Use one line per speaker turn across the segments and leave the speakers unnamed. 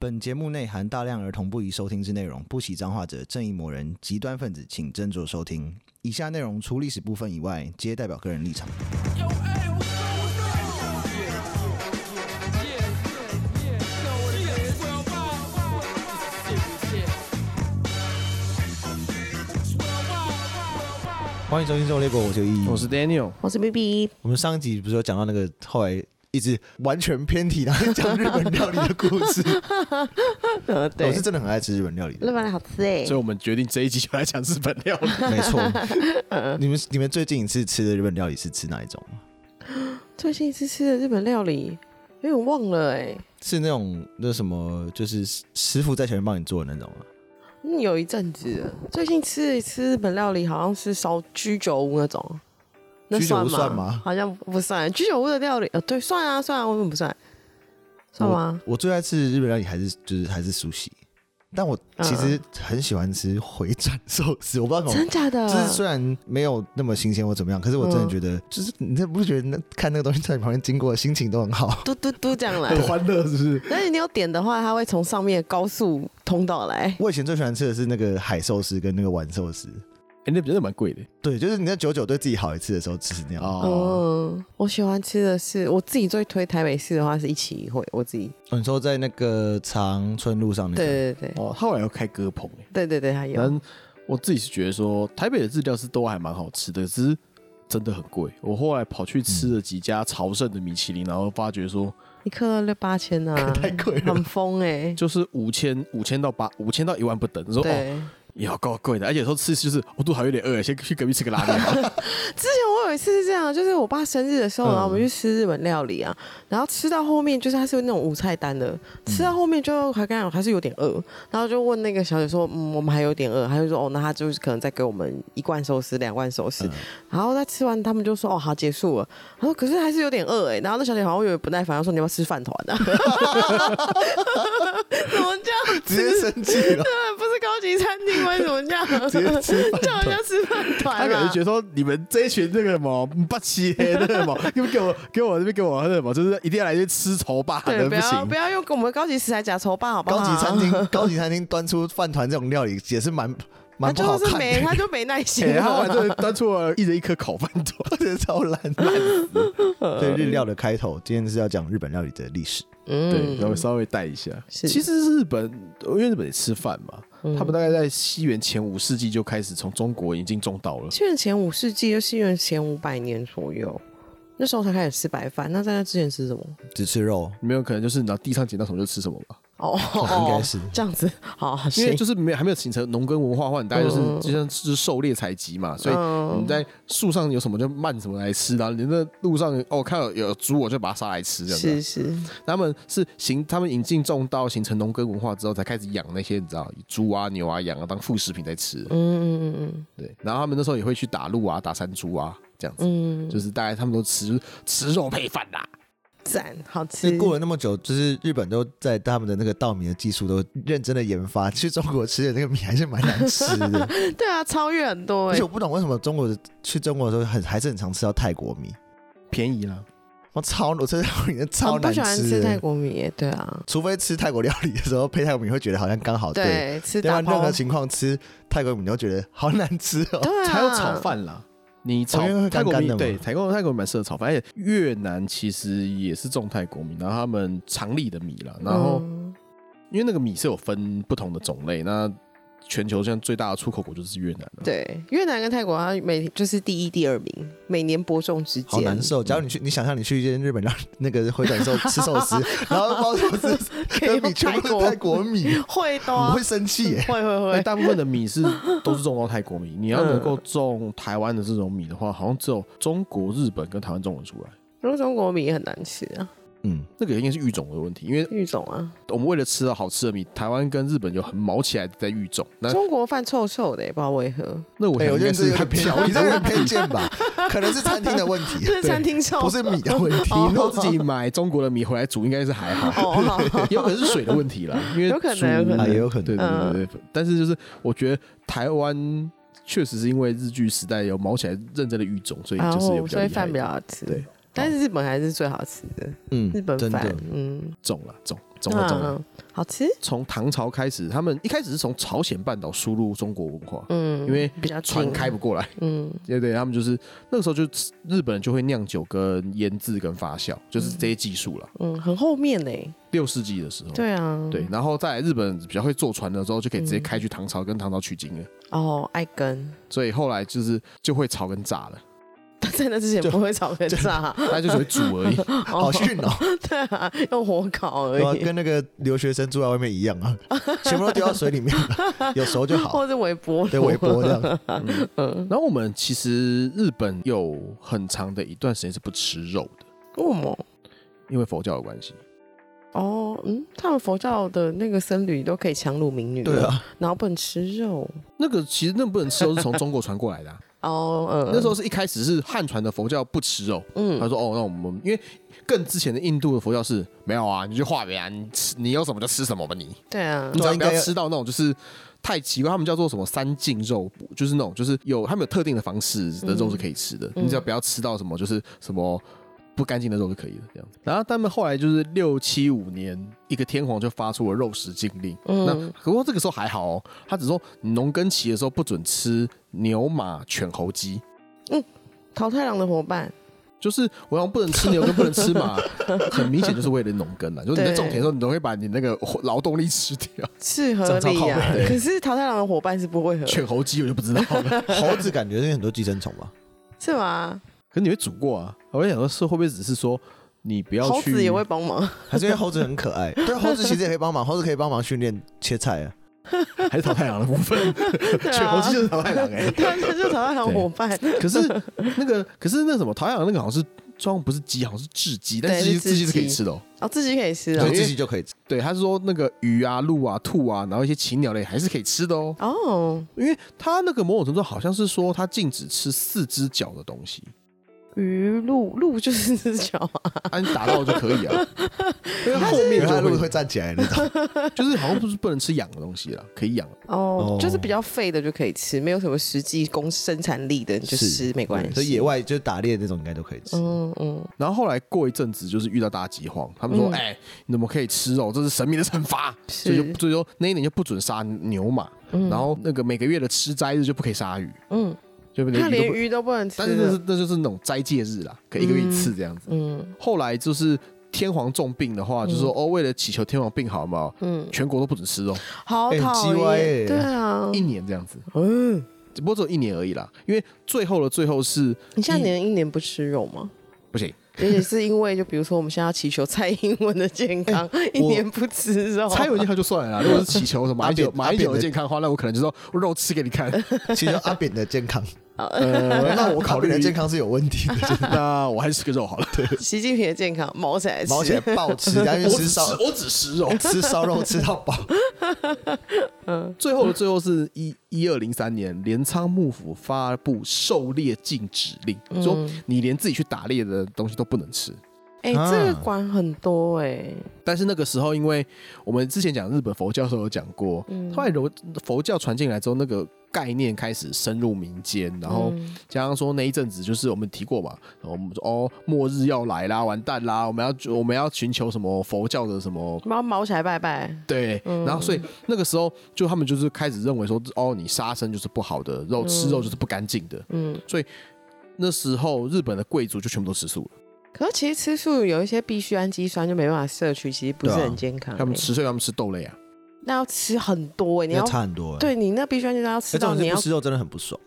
本节目内含大量儿童不宜收听之内容，不喜脏话者、正义魔人、极端分子，请斟酌收听。以下内容除历史部分以外，皆代表个人立场。欢迎收听《狩猎国》，我就一，
我是 Daniel，
我是 B B，
我们上一集不是有讲到那个后来一直完全偏题，然后讲日本料理的故事。
呃，
我
对
哦是，真的很爱吃日本料理的，
日本人好吃哎
所以，我们决定这一集就来讲日本料 理。
没 错。
嗯
你们你们最近一次吃的日本料理是吃哪一种？
最近一次吃的日本料理有点忘了哎，
是那种那什么，就是师傅在前面帮你做的那种吗？
嗯，有一阵子了，最近吃一次日本料理好像是烧居酒屋那种，那
居酒屋
吗？
算吗
好像不算，居酒屋的料理，呃，对，算啊算啊，为什么不算？算吗？
我最爱吃的日本料理还是就是还是苏西，但我其实很喜欢吃回转寿司，我不知道怎么。
真假的？
哦就是虽然没有那么新鲜或怎么样，可是我真的
嗯
觉得，就是你这不觉得那看那个东西在你旁边经过，心情都很好。
嘟嘟嘟这样来。
欢乐是不是？
但是你有点的话，它会从上面的高速通道来。
我以前最喜欢吃的是那个海寿司跟那个丸寿司，
哎、那真的蛮贵的
对，就是你在久久对自己好一次的时候吃那样。哦，
哦。
嗯，我喜欢吃的是我自己最推台北市的话是一起一会，我自己
哦你说在那个长春路上那个，
对对对
哦，他后来又开歌棚哎、
对对对，还有
但我自己是觉得说，台北的日料是都还蛮好吃的，只是真的很贵。我后来跑去吃了几家朝圣的米其林，然后发觉说，
一克到六八千啊，
太贵了
很疯哎、
就是五千、五千到八、五千到一万不等。你说哦，
对，
也要够贵的，而且有时候吃就是我肚子还有点饿，先去隔壁吃个拉面。
之前我有一次是这样，就是我爸生日的时候，
嗯
然后我们去吃日本料理啊，然后吃到后面就是它是那种无菜单的，吃
嗯
到后面就还刚讲还是有点饿，然后就问那个小姐说，嗯，我们还有点饿，她就说哦，那她就是可能再给我们一罐寿司、两罐寿司，
嗯
然后在吃完他们就说哦，好结束了，然后可是还是有点饿哎、然后那小姐好像有点不耐烦，她说你要不要吃饭团啊？ 怎么这样？
直接生气 了，
对，不是高级餐厅吗？怎么 这
直接
样？
吃饭
叫人
团
家。吃饭
他
团啊
可能
啦
觉。得说你们这一群那个什么不起黑那个什 么，你们给我给我那边给我那个什么，就是一定要来去吃愁霸
对，
的
不
不
要
行
不。要用我们高级食材假筹办，好不好？
高级餐厅，高级餐厅端出饭团这种料理也是蛮
他
蛮不好
就是
看 的，
没，他就没耐心
哎、他后来
了。
就端出了一人一颗烤饭 团，
真的超烂。 对日料的开头，今天是要讲日本料理的历史。
对，然后
嗯，
稍微带一下。
是
其实是日本，因为日本也吃饭嘛，
嗯
他们大概在西元前五世纪就开始从中国引进中岛了。
西元前五世纪，就西元前五百年左右，那时候才开始吃白饭。那在那之前吃什么？
只吃肉，
没有可能就是你拿地上捡到什么就吃什么吧，
哦，
应该是
这样子，好，
因为
行，
就是没有还没有形成农耕文化的话，你大概就是
嗯
就像就是狩猎采集嘛，所以
嗯
你在树上有什么就慢什么来吃，然后你那路上哦看到有猪我就把它杀来吃这样
是
子。啊
是，
他们是行，他们引进种稻，形成农耕文化之后，才开始养那些你知道猪啊、牛啊、羊啊当副食品在吃。
嗯嗯嗯
对，然后他们那时候也会去打鹿啊、打山猪啊这样子，
嗯，
就是大概他们都吃吃肉配饭啦。
赞，好
是
吃。
过了那么久，就是日本都在他们的那个稻米的技术都认真的研发，去中国吃的那个米还是蛮难吃 的。
对啊，超越很多
而
哎
且我。不懂为什么中国的去中国的时候很还是很常吃到泰国米，
便宜啦，
我超我真的我觉得超
很不
难
喜欢
吃欸
吃泰
的。
国米耶，对啊，
除非吃泰国料理的时候配泰国米，会觉得好像刚好对。
对，吃
要
打
不然任
包
何，情况吃泰国米都觉得好难吃哦。
对啊，
还有炒饭啦。你炒
哦因为会
泰
干
国
干
米
的嘛
对，泰国泰国米蛮适合炒饭，而且越南其实也是种泰国米，然后他们常粒的米啦，然后
嗯
因为那个米是有分不同的种类，那全球现在最大的出口国就是越南了。
对，越南跟泰国它每就是第一、第二名，每年播种之间，
好难受。假如你去，你想象你去一间日本料理那个回转寿吃寿 司，然后包寿司
可以
跟
用
米全部
泰
都
国
是泰国米，
会的
你
啊，
会生气耶。
会会
因为
会，
大部分的米是都是种到泰国米，你要能够
嗯
种台湾的这种米的话，好像只有中国、日本跟台湾种得出来。
因为中国米也很难吃啊，
嗯，
那个应该是育种的问题，因为
育种啊，
我们为了吃到好吃的米，台湾跟日本就很毛起来在育种。那
中国饭臭臭的，也不知道为何，
那我
哎，
想
我
应
觉
该
得这
是
有
它
点偏
调，
你这有点偏见吧？可能是餐厅的问题，
这是餐厅臭，
不是米的问 题。
你如果自己买中国的米回来煮，应该是还好，
哦， 好好
有可能是水的问题 啦，因为
有可能
煮
有可能嗯
啊也有可能
对对对对对。但是就是我觉得台湾确实是因为日剧时代有毛起来认真的育种，所以
然
就是有
后
比较
哦所以
厉害
饭
一
比较
点
好吃，
对，
但是日本还是最好吃的，
嗯
日本
真
饭
的，
嗯，
种啦种。中了中了。
嗯好吃，
从唐朝开始，他们一开始是从朝鲜半岛输入中国文化，
嗯，
因为
比较近
船开不，过来，
嗯
对对，他们就是那个时候就日本人就会酿酒、跟腌制、跟发酵，就是这些技术了。
嗯，很后面呢、
六世纪的时候，
对啊，
哦对，然后在日本比较会坐船的时候，就可以直接开去唐朝跟唐朝取经了。
哦，爱根，
所以后来就是就会炒跟炸了，
但在那之前不会炒跟炸，
大家就只会煮 而已。
好逊哦，
对啊，用火烤而
对啊
已，
跟那个留学生住在外面一样啊，全部都丢到水里面了，有熟就好，
或者微波炉，
对，微波这样。
嗯
嗯
然后我们其实日本有很长的一段时间是不吃肉的，
为什么？
因为佛教的关系。
哦，嗯，他们佛教的那个僧侣都可以强掳民女，
对，啊，
然后不能吃肉。
那个其实那不能吃肉是从中国传过来的、啊，
哦， 嗯，
那时候是一开始是汉传的佛教不吃肉，
嗯，
他说哦，那我们因为更之前的印度的佛教是没有啊，你去化缘啊，你吃你有什么就吃什么吧你，
对啊
你，只要不
应该
要
要
吃到那种就是太奇怪，他们叫做什么三净肉补，就是那种就是有他们有特定的方式的肉是可以吃的，
嗯
你只要不要吃到什么就是什么。不干净的肉就可以了，这样子。然后他们后来就是六七五年，一个天皇就发出了肉食禁令。那
嗯
不过这个时候还好哦，他只说农耕期的时候不准吃牛、马、犬、猴、鸡，
桃太郎的伙伴，
就是我好像不能吃牛跟不能吃马，很明显就是为了农耕啦。就是你在
对
种田的时候，你都会把你那个劳动力吃 掉。
是合
长
理
长
啊
靠。
背
可是桃太郎的伙伴是不会合，
犬、猴、鸡我就不知道了。
猴子感觉是很多寄生虫吧？
是吗？
可你会煮过啊？我在想说，是会不会只是说你不要
猴
去？
子也会 帮忙，
还是因为猴子很可爱？对，猴子其实也可以帮忙，猴子可以帮忙训练切菜啊。
还是淘太郎的部分？
对
犬猴
啊
鸡，就是淘太郎哎、
对啊，这就是桃太郎伙伴，
可是那个，可是那什么淘太郎那个好像是装不是鸡，好像是雉鸡，但
对
是雉
是
雉鸡是可以
雉鸡
吃的哦。
哦，自己可以吃
所
啊
以
对。
自己就可以吃。
对，他是说那个鱼啊、鹿啊、兔啊，然后一些禽鸟类还是可以吃的哦。
哦，
因为他那个某种程度好像是说他禁止吃四只脚的东西，
鱼鹿鹿就是只脚啊，
按打到就可以啊。 因为后面
它
就
路
会
会站起来那种。
就是好像不是不能吃养的东西了，可以养。
哦
哦，
就是比较废的就可以吃，没有什么实际供生产力的你就是吃没关
所以
系
野。外就打猎那种应该都可以吃。
嗯嗯，
然后后来过一阵子，就是遇到大饥荒，他们说：“
嗯
哎、你怎么可以吃肉？这是神明的惩罚。”所以
是
就，所以说那一年就不准杀牛马，
嗯
然后那个每个月的吃斋日就不可以杀鱼，
嗯，
就不
他
能
连，鱼都不能吃
但是那
了，
是那就是那种斋戒日啦，可以一个月一次这样子。
嗯
后来就是天皇重病的话，就说哦，为了祈求天皇病好嘛，
嗯，哦
全国都不准吃肉，
好
哎很
讨
GY
厌，
欸
对啊
一，年这样子，
嗯，
只不过只有一年而已啦。因为最后的最后是
你现在
一
年一年不吃肉 吗？
不行，
也许是因为，就比如说我们现在要祈求蔡英文的健康， 一年不吃肉。
蔡文健康就算了啦，如果是祈求什 么马英九
阿扁阿
马英九
扁
的
的
健康的话，那我可能就说我肉吃给你 看。
其实阿扁的健康，
呃，
那我考虑的健康是有问题的，
那我还是吃个肉好了。对，
习近平的健康，毛起来吃。
毛起来暴吃，然后
我
就
只
吃
吃哎
烧
我只吃肉。
吃烧肉吃到饱。
最后的最后是一一二零三年，镰仓幕府发布狩猎禁止令，说你连自己去打猎的东西都不能吃。
哎、
啊
这个管很多哎、
但是那个时候，因为我们之前讲日本佛教的时候有讲过，后来柔佛教传进来之后，那个概念开始深入民间，然后
嗯
加上说那一阵子就是我们提过嘛，然后我们说哦末日要来啦，完蛋啦，我们要我们要寻求什么佛教的什
啊
么
然后毛起来拜拜。
对，然后所以那个时候就他们就是开始认为说，哦，你杀生就是不好的，肉吃肉就是不干净的。
嗯，
那时候日本的贵族就全部都吃素了，
可是其实吃素有一些必需氨基酸就没办法摄取，其实不是
对啊
很健康、
他们
哎
吃，所以他们吃豆类啊。
那要吃很多哎、你
那
要
差很多欸。
对你那必需氨基酸要吃
哎，这
到
种
你
是
要
不吃肉真的很不爽。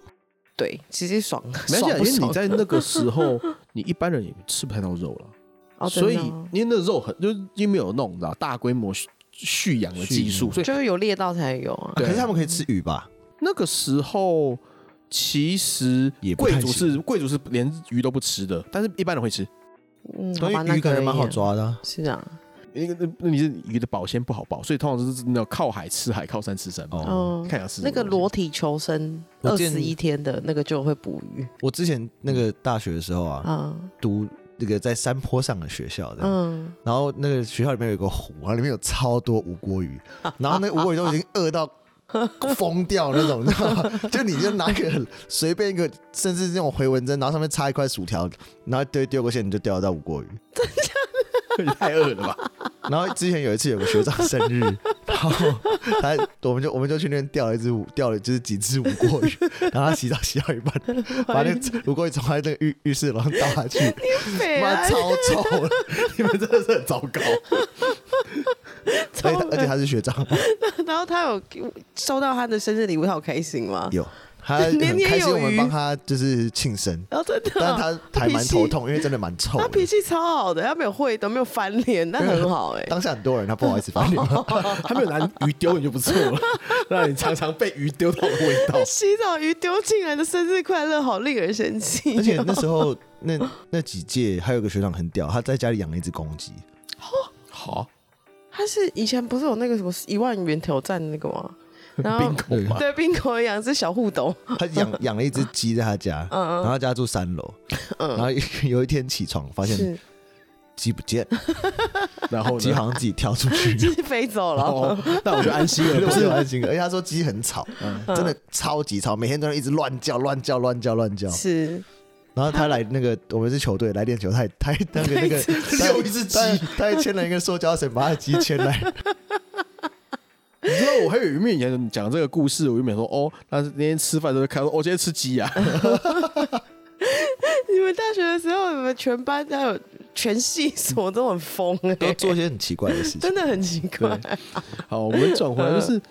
对，其实爽，
没
爽
关
不
系啊，因为
爽
你在那个时候，你一般人也吃不太到肉了，
哦，
所
真的
以
哦
因为那肉很就是因为没有弄，你知道大规模蓄蓄养的技术，
蓄
所以
就是有猎到才有啊。
对
可是他们可以吃鱼吧？
那个时候其实
也不
贵
太
族
行
是贵族是连鱼都不吃的，但是一般人会吃。
嗯，好
所以
吧，那
鱼感
可
觉
以
蛮好
啊。
抓的啊。
是啊，
那个那你是鱼的保鲜不好保，所以通常就是那种靠海吃海，靠山吃山嘛。
哦，
嗯，
看想吃
那个裸
螺，
体求生二
我见
十一天的那个就会捕鱼
我之前那个大学的时候啊，
啊，
读那个在山坡上的学校的，
嗯，
然后那个学校里面有个湖，然后里面有超多无锅鱼，然后那个无锅鱼都已经饿到疯掉那种，你知道吗？就你就拿个随便一个，甚至那种回纹针，然后上面插一块薯条，然后丢丢过去，你就钓得到无锅鱼。
也 太饿了吧？
然后之前有一次有个学长生日，然后他我们就我们就去那边钓了一只五钓了就是几只五锅鱼，然后他洗澡洗到一半，把那个五锅鱼从他那个浴浴室然后倒下去，
对啊
妈，超臭了，
你们真的是很糟糕。
而且他而且他是学长，
然后他有收到他的生日礼物，他好开心 吗？
有他很开心我们帮他就是庆生，
然后真的，哦
但是他还蛮头，痛，因为真的蛮臭
他
的。
脾气超好的，他没有会都没有翻脸，但很好哎、
当下很多人他不好意思翻脸，
他们有拿鱼丢你就不错了，让你尝尝被鱼丢到的味道。
洗澡鱼丢进来的生日快乐，好令人生气、
而且那时候那那几届还有个学长很屌，他在家里养了一只公鸡，
好，
他是以前不是有那个什么一万元挑战那个吗？然后
冰口嘛，
对冰口也养只小互斗，
他养养了一只鸡在他家，然后他家住三楼，然后有一天起床发现
是
鸡不见，
然后
鸡
呢？
好像自己跳出
就
去。
是飞走 了。
哦，那我就安心了，
我
不
是
是
有安心，而且他说鸡很吵，真的超级吵，每天都在一直乱叫、乱叫、乱叫、乱叫。
是，
然后他来那个我们是球队来练球，他也他也那个那个 他
遛一只鸡
他也他还牵了一个塑胶绳把他的鸡牵来，
你知道我还有一面以前讲这个故事，我原本说哦，那那天吃饭都会看说，哦，今天吃鸡呀、
你们大学的时候，你们全班还有全系什么都很疯 哎、
都做一些很奇怪的事情
真。的很奇怪。
好，我们转 回来
嗯
就是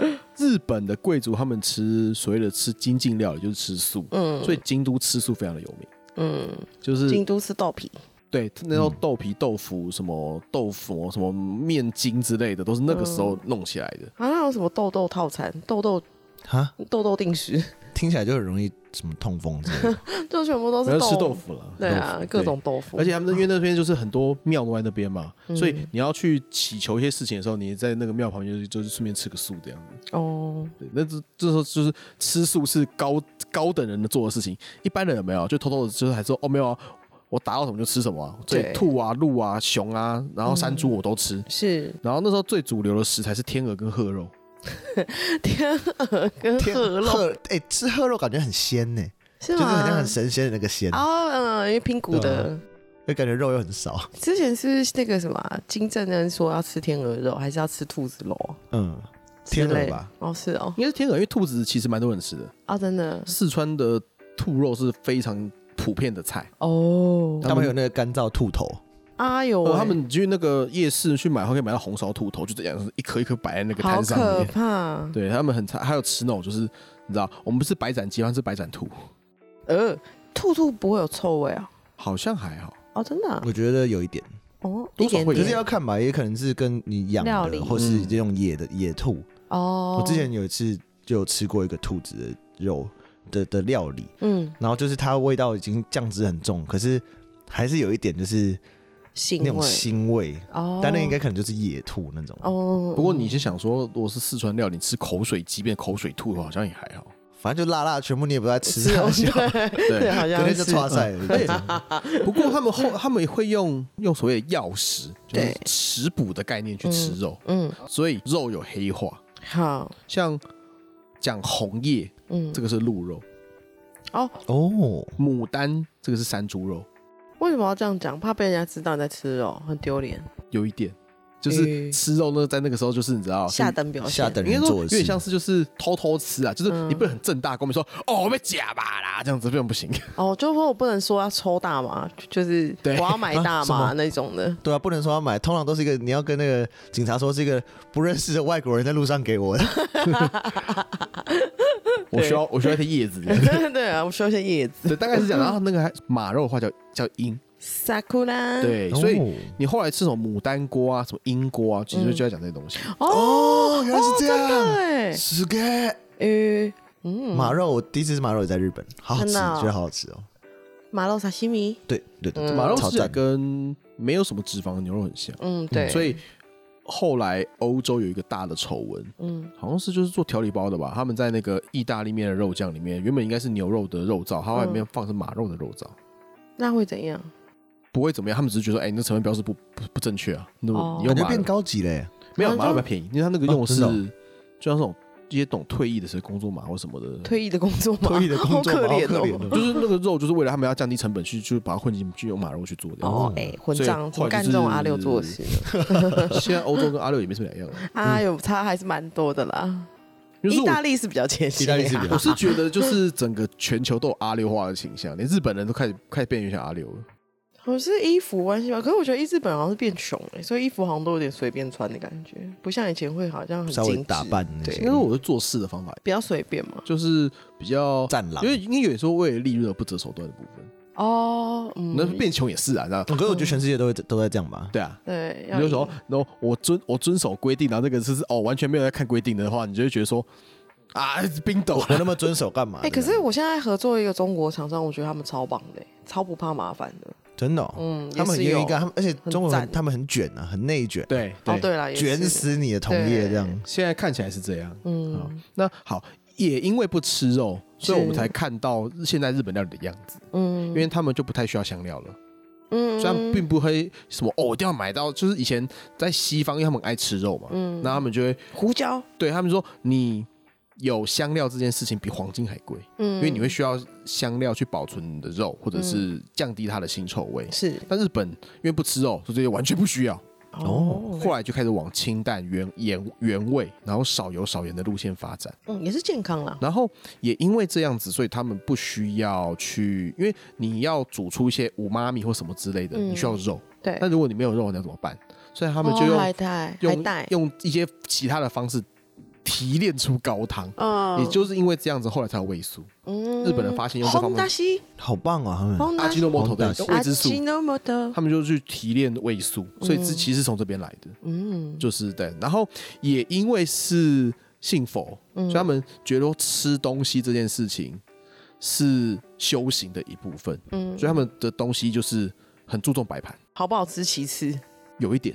日本的贵族，他们吃所谓的吃精进料理就是吃素，嗯，所以京都吃素非常的有名，
嗯，
就是
京都吃豆皮，
对那时候豆皮、豆腐、什么豆腐、什么面筋之类的，都是那个时候弄起来的。
好像有什么豆豆套餐、豆豆
哈，
豆豆定时，
听起来就很容易什么痛风之 类的。
就全部都
不
是
要
豆
吃豆。腐了，
对啊
豆，腐
各种豆腐，
而且他们因为那边就是很多庙都在那边嘛，所以你要去祈求一些事情的时候，你在那个庙旁边就是就是顺便吃个素这样子。
哦，
对，那这这时候就是吃素是高高等人的做的事情，一般人有没有就偷偷的，就是还说哦没有、啊，我打到什么就吃什么、啊，
对嗯
对，兔啊、鹿啊、熊啊，然后山猪我都吃。
是
然后那时候最主流的食材是天鹅跟鹤肉，
天鹅跟
天
鹤肉，
鹤哎、吃鹤肉感觉很鲜呢、
是
就是
吗？
很像很神仙的那个仙，
哦，嗯，因为拼骨的。
就感觉肉又很少。
之前是不是那个什么啊金正恩说要吃天鹅肉，还是要吃兔子肉啊？
嗯，天
之类
鹅吧，
哦，是哦，
应该是天鹅，因为兔子其实蛮多人吃的。
啊，真的
四川的兔肉是非常普遍的菜。
哦，
他们有那个干燥兔头，
啊有
哦，
欸，
他们去那个夜市去买，会可以买到红烧兔头，就这样，就是一颗一颗摆在那个
好
摊上里
可
面。
怕，
对他们很菜，还有吃那种就是你知道，我们不是白斩鸡，他们是白斩兔，
呃，兔兔不会有臭味啊？
好像还好。
哦，真的啊
我觉得有一点，
哦，
多
一
少
点
会
可
有
点
是要看吧，也可能是跟你养
料理
的，或是这种野的野兔。
哦，
我之前有一次就有吃过一个兔子的肉的的料理，
嗯
然后就是它味道已经酱汁很重，可是还是有一点就是
腥
那种
味
腥味，
哦，
但那应该可能就是野兔那种。
哦，
不过你是想说，如果是四川料理，吃口水鸡变口水兔，好像也还好。
反正就辣辣，全部你也不在吃啊
是哦
它，笑
对对，好
隔
像
天就是抓塞了。
对，不过他们后他们会用用所谓的药食，就是
对
食补的概念去吃肉，
嗯，
所以肉有黑化。
好，
像讲红叶，
嗯
这，个是鹿肉；
哦，
哦，
牡丹，这个是山猪肉。
为什么要这样讲？怕被人家知道你在吃肉，很丢脸，
有一点，就是
诶
吃肉呢，在那个时候就是你知道
下。等表现，
下等
嗯应该
人
说
做
有
的
点
事，
像是就是偷偷吃啊，就是
嗯
你不能很正大光明说哦我被夹吧啦这样子这种不行，
哦，就说我不能说要抽大麻，就就是
对
我要买 大
啊什
麻
么
那种的。
对啊，不能说要买，通常都是一个你要跟那个警察说是一个不认识的外国人在路上给我的，
我需要我需要一些叶子，
对啊，我需要一些叶子。
对，大概是这样。然后那个还马肉的话叫叫鹰，
sakura，，
对，所以你后来吃什么牡丹锅啊，什么鹰锅啊，其实就在讲这些东西。
哦，
哦，原来是这样，
对，
是个
呃，嗯，
马肉，我第一次吃马肉也在日本，好好吃，
真的哦
觉得好好吃哦。
马肉沙西米，
对对对，
嗯
马肉
超
吃起来
赞，
跟没有什么脂肪的牛肉很像，
嗯，对，
所
以，
以后来欧洲有一个大的丑闻，
嗯，
好像是就是做调理包的吧？他们在那个意大利面的肉酱里面，原本应该是牛肉的肉燥，它外面放是马肉的肉燥，
那会怎样？
嗯
不会怎么样。他们只是觉得说，哎、你那成分标示不不不正确啊，那
哦
感
你用
觉
马
变
肉
高级嘞。
没有
好像
马肉比较便宜，因为它那个用的是、
哦真的
就像那种一些懂退役的是工作码或什么的，
退役的工作吗？
退役的工作
好
嘛好
可怜
可怜
哦。
哦。
就是那个肉就是为了他们要降低成本去，就是把它混进去用马肉去做的。
嗯
哦，哎、混账！怎
所以后
么
来
干
就是
这种阿六做的事呢？
现在欧洲跟阿六也没什么两样了。
啊，有差还是蛮多的啦。
就是
意大
我
利是比较前
意
期、
大利是
啊
比，较
我是觉得就是整个全球都有阿六化的倾向，连日本人都开始开始变有点像阿六了。
我是衣服关系吧。可是我觉得一日本好像是变穷哎、所以衣服好像都有点随便穿的感觉，不像以前会好像很
稍微
精致
打扮那
对
些
应该，说我是做事的方法，
比较随便嘛。
就是比较
战狼
因为因为有时候为了利润而不择手段的部分，
哦，嗯，
那变穷也是啊，那
可是我觉得全世界都会都在这样吧。
对啊。
对，
你
要
就
赢
说，然后我遵我遵守规定，然后那个就是哦，完全没有在看规定的话，你就会觉得说啊，冰斗
我那么遵守干嘛？
啊
哎、可是我现在合作一个中国厂商，我觉得他们超棒的欸、超不怕麻烦的。
真的哦，
嗯，
他们很
也是
愿意
有。
干，他们而且中国
很
人
赞
他们很卷啊，很内卷，
对
哦，，对了，也是
卷死你的同业这样。
现在看起来是这样。好
嗯，
那好，也因为不吃肉，所以
是
我们才看到现在日本料理的样子，
嗯，
因为他们就不太需要香料了。
嗯，
虽然并不会什么哦，我一定要买到，就是以前在西方，因为他们很爱吃肉嘛，
嗯
那他们就会
胡椒，
对他们说，你有香料这件事情比黄金还贵，
嗯，嗯
因为你会需要香料去保存你的肉，或者是降低它的腥臭味。
是
但日本因为不吃肉，所以就完全不需要。
哦
后来就开始往清淡、原盐、原味，然后少油少盐的路线发展。
嗯，也是健康啦。
然后也因为这样子，所以他们不需要去，因为你要煮出一些五妈咪或什么之类的，
嗯
你需要肉。
对，
那如果你没有肉，你要怎么办？所以他们就
哦
用、
海带，海
用
带，
用一些其他的方式提炼出高汤。
嗯
也就是因为这样子，后来才有味素。
嗯
日本人发现用这方
红达
面，
西，
好棒啊，他们
红
阿
达
基诺摩头
阿
的
基
未知素，
的，
他们就去提炼味素，所以这
嗯
其实是从这边来的，
嗯，
就是对。然后也因为是信佛，
嗯
所以他们觉得说吃东西这件事情是修行的一部分，
嗯
所以他们的东西就是很注重摆盘，
好不好吃其次，
有一点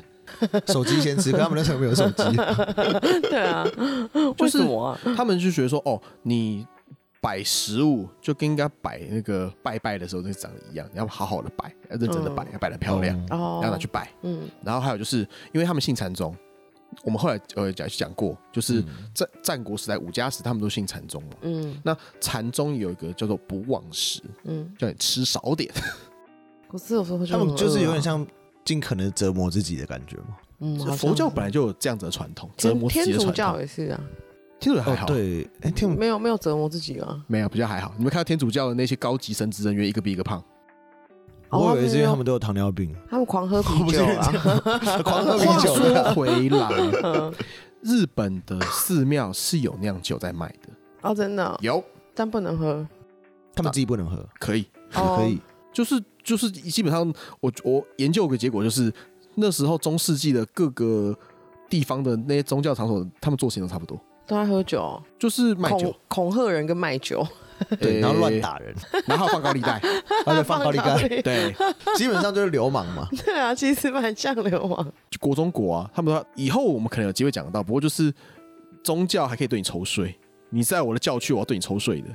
手机先吃，可他们那时候没有手机，
对 啊，
就
为
是
什么啊？
他们就觉得说，哦，你摆食物就跟应该摆那个拜拜的时候那个长得一样，你要好好的摆，要认真的摆，
嗯
要摆的漂亮，
嗯
哦，
要拿去摆。
嗯
然后还有就是，因为他们信禅宗，我们后来呃讲讲过，就是
嗯
战战国时代武家时他们都信禅宗嘛。
嗯
那禅宗有一个叫做不忘食，
嗯，
叫你吃少点，
不是有时候
他们就是有点
像
像尽可能折磨自己的感觉嘛。
嗯好像
佛教本来就有这样子的传统，折
天
磨自
天
己的
主
传
教
统。
也是啊，
天主教还好，
对，哎，天母
没有没有折磨自己啊，
没有比较还好。你们看到天主教的那些高级神职人员，一个比一个胖，
哦
我以为是因为他们都有糖尿病，
他们狂喝啤
不是
酒
这
啊，
样， 狂喝啤
呃话
酒嗯
说
的。
回来，日本的寺庙是有酿酒在卖的，
哦，真的哦，
有
但不能喝，
他们自己不能喝，
可以，
哦
可以，
就是就是基本上我我研究有个结果就是那时候中世纪的各个地方的那些宗教场所，他们做事情都差不多，
都在喝酒哦，
就是卖酒
恐，恐吓人跟卖酒，
对，
诶
然后乱，打人，
然后放高 利贷，
而且放高利贷，
对
对，
基本上就是流氓嘛。
对啊，其实蛮像流氓，
就国中国啊，他们说以后我们可能有机会讲得到，不过就是宗教还可以对你抽税，你在我的教区，我要对你抽税的。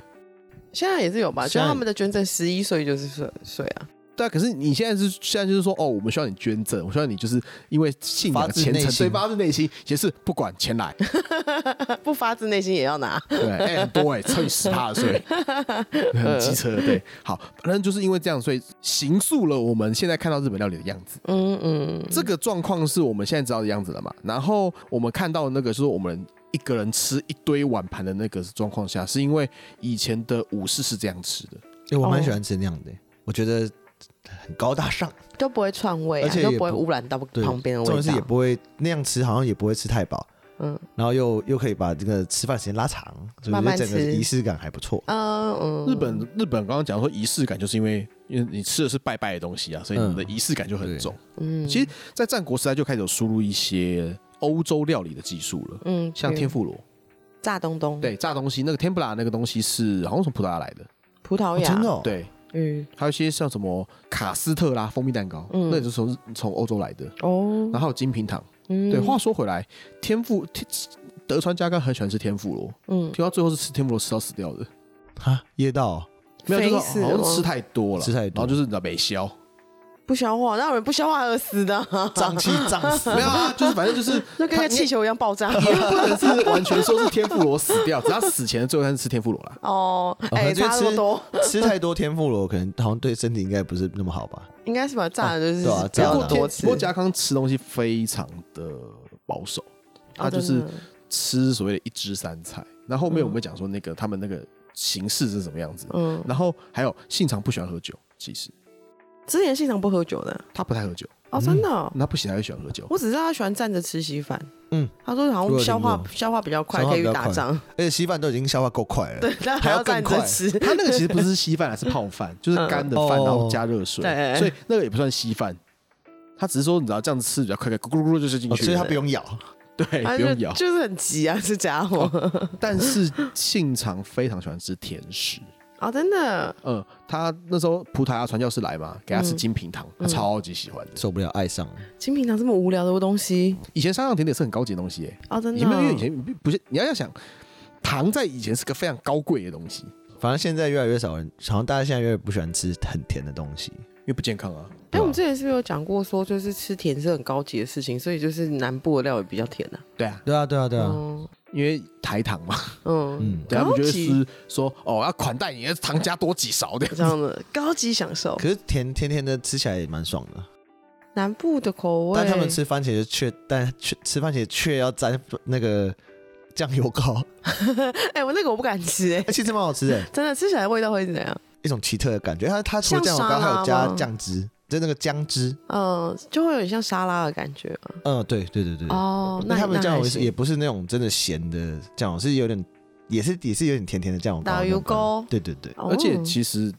现在也是有吧？就
现在
他们的捐赠十一岁就是税税啊，
对啊，可是你现在是现在就是说，哦，我们需要你捐赠，我需要你就是因为信仰
发
的
自
虔
内
诚，
心
对，发自内心，也是不管钱来，
不发自内心也要拿。
对，哎、很多哎、乘以十趴的 税，很机车，对，好，反正就是因为这样，所以形塑了我们现在看到日本料理的样子。
嗯嗯，
这个状况是我们现在知道的样子了嘛？然后我们看到的那个就是我们一个人吃一堆碗盘的那个状况下，是因为以前的武士是这样吃的，
哎，我蛮
哦
喜欢吃那样的，我觉得很高大上，
都不会串味、啊，
而且也
都
不
不会污染到
对，
旁边的味
重
道。
点是也不会那样吃，好像也不会吃太饱，
嗯
然后又又可以把这个吃饭时间拉长，所以
慢
我觉
慢
得整个
吃
仪式感还不错。
嗯嗯，
日本日本刚刚讲说仪式感，就是因为因为你吃的是拜拜的东西啊，所以你的仪式感就很重。
嗯
其实，在战国时代就开始有输入一些欧洲料理的技术了，
嗯
像天妇罗，
炸东东，，
对，炸东西那个 tempura 那个东西是好像从葡萄牙来的，
葡萄
哦
牙，
真的，哦，
对，
嗯
还有一些像什么卡斯特啦、蜂蜜蛋糕，
嗯
那也是从从欧洲来的，
哦，
然后还有金平糖。
嗯
对，话说回来，天妇天德川家康很喜欢吃天妇罗，
嗯，
听到最后是吃天妇罗吃到死掉的，
哈，噎到哦
没有，就是
飞死
好
了
像
吗
吃太多了，
吃太多
然后就是你知道没消，
不消化，那有人不消化而死的、 啊，
哦胀气胀死，哦
没有啊，就是反正就是
就 跟个气球一样爆炸。哦
也不能是完全说是天妇罗死掉，只要死前的最后一餐是吃天妇罗啦。
哦，
哦
哎、
可能就
差那么多，
是吃吃太多天妇罗，可能好像对身体应该不是那么好吧？
应该是吧？炸的就是哦
对啊
不
炸
要
的
多
不
吃
过家康吃东西非常的保守，他就
哦真
是
的
吃所谓的一枝三菜。然后后面我们讲说那个他们那个形式是什么样子，
嗯，
然后还有信长不喜欢喝酒，其实
之前现场不喝酒的
他不太喝酒，
哦，真的哦、
他不喜欢喜欢喝酒。
我只知道他喜欢站着吃稀饭。
嗯，
他说好
我有
像
听
消化
过
消化比较快，
消化
可以
比较
去打
快
仗，
而且稀饭都已经消化够快了，哦
对，但
还要
要
更
站
快
着吃。
他那个其实不是稀饭啊，是泡饭，就是干的饭，
嗯
然后加热水
哦对，哎
所以那个也不算稀饭。他只是说，你知道这样子吃比较快，咕咕咕咕就是进
哦
去了，
所以它不用咬。
对，
他
哎不
就
用咬。
就是很急啊，这家伙
但是信长非常喜欢吃甜 食，
啊，真的
嗯，他那时候葡萄牙传教士来嘛，给他吃金平糖，他
嗯
超级喜欢的。
受不了，爱上了。
金平糖这么无聊的东西
以前山上甜点是很高级的东西、耶，
啊，真
你
的
有没有？因为
哦
以前不是你要要想，糖在以前是个非常高贵的东西，
反正现在越来越少人，好像大家现在越来越不喜欢吃很甜的东西。
因为不健康啊。
哎，我们之前是不是有讲过说，就是吃甜是很高级的事情，所以就是南部的料也比较甜呐。
对啊，
对啊，对啊，对啊，
嗯
因为台糖嘛，
嗯，
嗯。
对啊他
高
们就会
级
是说哦，要款待你的糖加多几勺的。
这样的高级享受，
可是甜甜甜的吃起来也蛮爽的，
南部的口味。
但他们吃番茄就却，但却吃番茄却要沾那个酱油膏，
哎，我那个我不敢吃哎，
哎，其实蛮好吃的，
真的吃起来味道会怎样？
一种奇特的感觉。它它除了酱油膏，
像沙
还
拉
有加
吗
酱汁，就那个姜汁。
嗯，就会有点像沙拉的感觉嘛
嗯，对对对对。
哦，
那
那
他们的酱
那还
油是
行
也不是那种真的咸的酱油，是有点也是也是有点甜甜的酱油膏。
打油膏，
对对对，
而且
哦
其实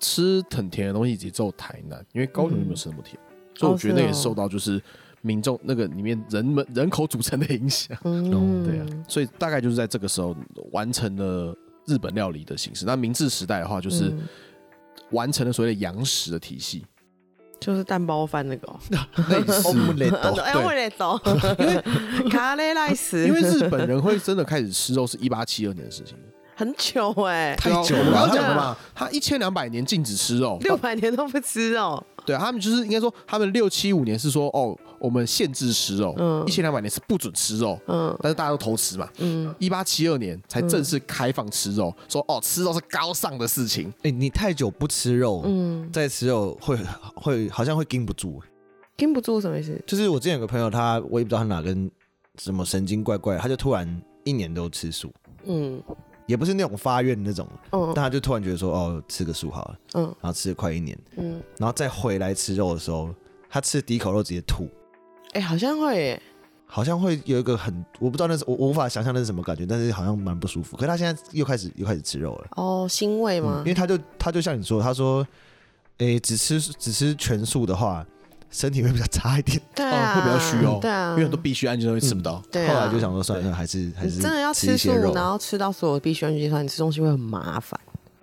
吃很甜的东西也只有台南，因为高雄就没有吃那么甜，所以我觉得那也受到就是民众那个里面人们人口组成的影响。
嗯，
对啊，所以大概就是在这个时候完成了日本料理的形式。那明治时代的话，就是
嗯
完成了所谓的洋食的体 系，
就是蛋包饭那个哦，
类似。
Omelette
哎，我也懂， 卡雷赖斯，
哦 因为日本人会真的开始吃肉是一八七二年的事情，
很久哎，
太久了
啊我们刚刚讲的嘛，他一千两百年禁止吃肉，
六百年都不吃哦，
对他们就是应该说，他们六七五年是说哦，我们限制吃肉，
嗯
一千两百年是不准吃肉，
嗯
但是大家都偷吃嘛。
嗯，
一八七二年才正式开放吃肉，说哦，吃肉是高尚的事情。
哎，你太久不吃肉，
嗯，
再吃肉会会好像会禁不住。
禁不住什么意思？
就是我之前有个朋友，他我也不知道他哪根什么神经怪怪，他就突然一年都吃素，
嗯
也不是那种发愿那种，但
嗯
他就突然觉得说哦，吃个素好了，
嗯
然后吃了快一年，
嗯，
然后再回来吃肉的时候，他吃第一口肉直接吐。
哎，好像会耶，
好像会有一个很，我不知道那是我我无法想象那是什么感觉，但是好像蛮不舒服。可是他现在又开始又开始吃肉了，
哦，腥味
嗯
吗
因？为他就他就像你说，他说，诶、只吃只吃全素的话，身体会比较差一点。
对
哦
啊，
会比较虚哦
对啊，
因为很多必须按键都会吃不到。
对
后
啊，
来就想说，算了，
对
那还是还
你
是
真的要
吃一
吃素
些肉，，
然后吃到所有必须要阶段，你吃东西会很麻烦，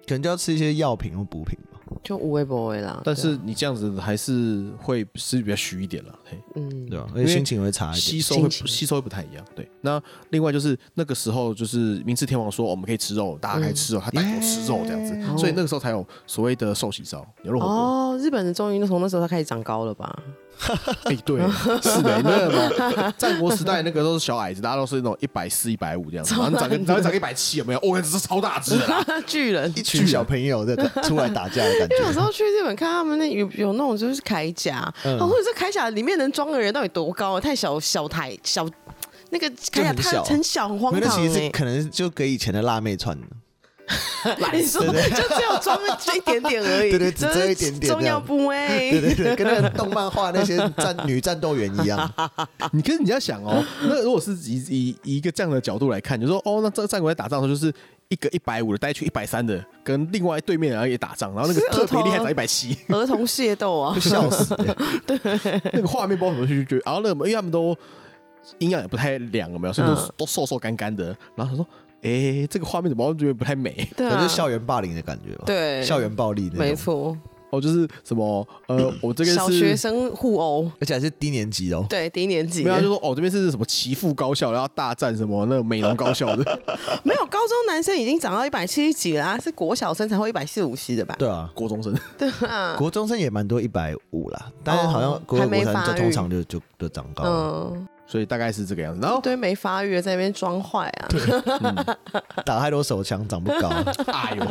可能就要吃一些药品或补品吧。
就无微不微啦。
但
对
是
啊
你这样子还是会吃比较虚一点了，嘿
嗯，
对啊，
因
而
为
且心情会差一点。
吸收会
心情
吸收会不太一样。对，那另外就是那个时候就是明治天皇说哦我们可以吃肉，大家可以
嗯
吃肉，他带头吃肉这样子，
耶
所以那个时候才有所谓的寿喜烧、牛肉火锅。
哦，日本的终于从那时候它开始长高了吧？
哎、对，是的，那种战国时代那个都是小矮子，大家都是那种一百四、一百五这样子，然后你长个然后你长个一百七有没有？哦，这是超大只的啦，
巨人。
一 群小朋友在打出来打架的感
因为有时
觉，
候去日本看他们那有有那种就是铠甲，
嗯
哦，或者这铠甲里面能装的人到底多高啊？太小小台小，那个铠甲
就很
太
小
很小很荒
没有那
唐
其实
哎、
是可能就给以前的辣妹穿的。
你说就只有装了一点点而已，
对对只
真
遮
的
一点点这样
重要部 位。
对对对，跟那个动漫画那 些战女战斗员一样，
你跟你要想 哦，那如果是以以以一个这样的角度来看，就说哦，那战战国在打仗的时候，就是一个一百五的带去一百三的，跟另外对面然后也打仗，然后那个
是
特别厉 害
额头
长一百七，
儿童械斗啊
会，笑死、欸。
那个画面包括什么去觉得，然后那个因为他们都营养也不太良，有没有？所以都、
嗯
都瘦瘦干干的，然后他说，哎、这个画面怎么我觉得不太美？
对
可能
啊
是，校园霸凌的感觉吧？
对
校园暴力那种
没。错，
哦，就是什么呃，我这边
小
是
学生互殴，
而且还是低年级的哦。
对，低年级
没有，他就说哦，这边是什么岐阜高校，然后大战什么那个美容高校的
没有高中男生已经长到一百七十几了、啊，是国小生才会一百四五十的吧？
对啊，
国中生，
对啊，
国中生也蛮多一百五啦，但是好
哦
像国
还
二
没
国三
发
就
育
通常就就就长
啊
高了，
嗯，
所以大概是这个样子。然后
一堆没发育的在那边装坏啊，
打太多手枪长不高。啊
哎呦，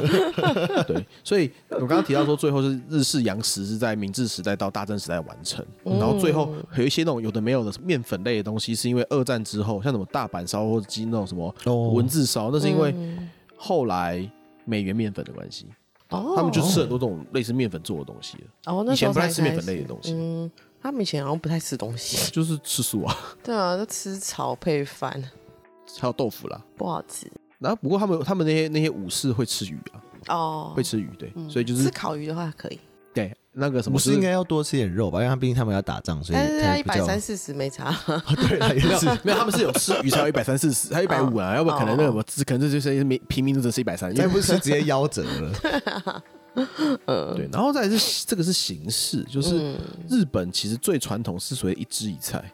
对，所以我刚刚提到说，最后是日式洋食是在明治时代到大正时代完成，然后最后有一些那种有的没有的面粉类的东西，是因为二战之后，像什么大阪烧或者鸡那种什么
哦
文字烧，那是因为
嗯
后来美元面粉的关系，
哦，
他们就吃很多这种类似面粉做的东西了。
哦，那
以
时
前
候
不
才
太吃面粉类的东
开始
西，
嗯，他们以前好像不太吃东 西，
就是吃素啊，
对啊，都吃草配饭，
还有豆腐啦。
不好吃
然后不过他们他们那些那些武士会吃鱼啊，
哦，
会吃鱼，对，
嗯
所以就
吃
是
烤鱼的话可以，
对那个什
不
么
是应该要多吃点肉吧？因为他毕竟他们要打仗，所以
但是哎他
才
一
比
百
较。
三四十没差，
对啦，也
没有
是。
没有，他们是有吃鱼才有一百三四十，还有一百五
哦
啊，要不然可能那个什么，可能这就是民平民只是一百三，因
再
为
不吃直接夭折了。
呃
对。然后再来是这个是形式，
嗯
嗯
就是日本其实最传统是所谓一汁一菜，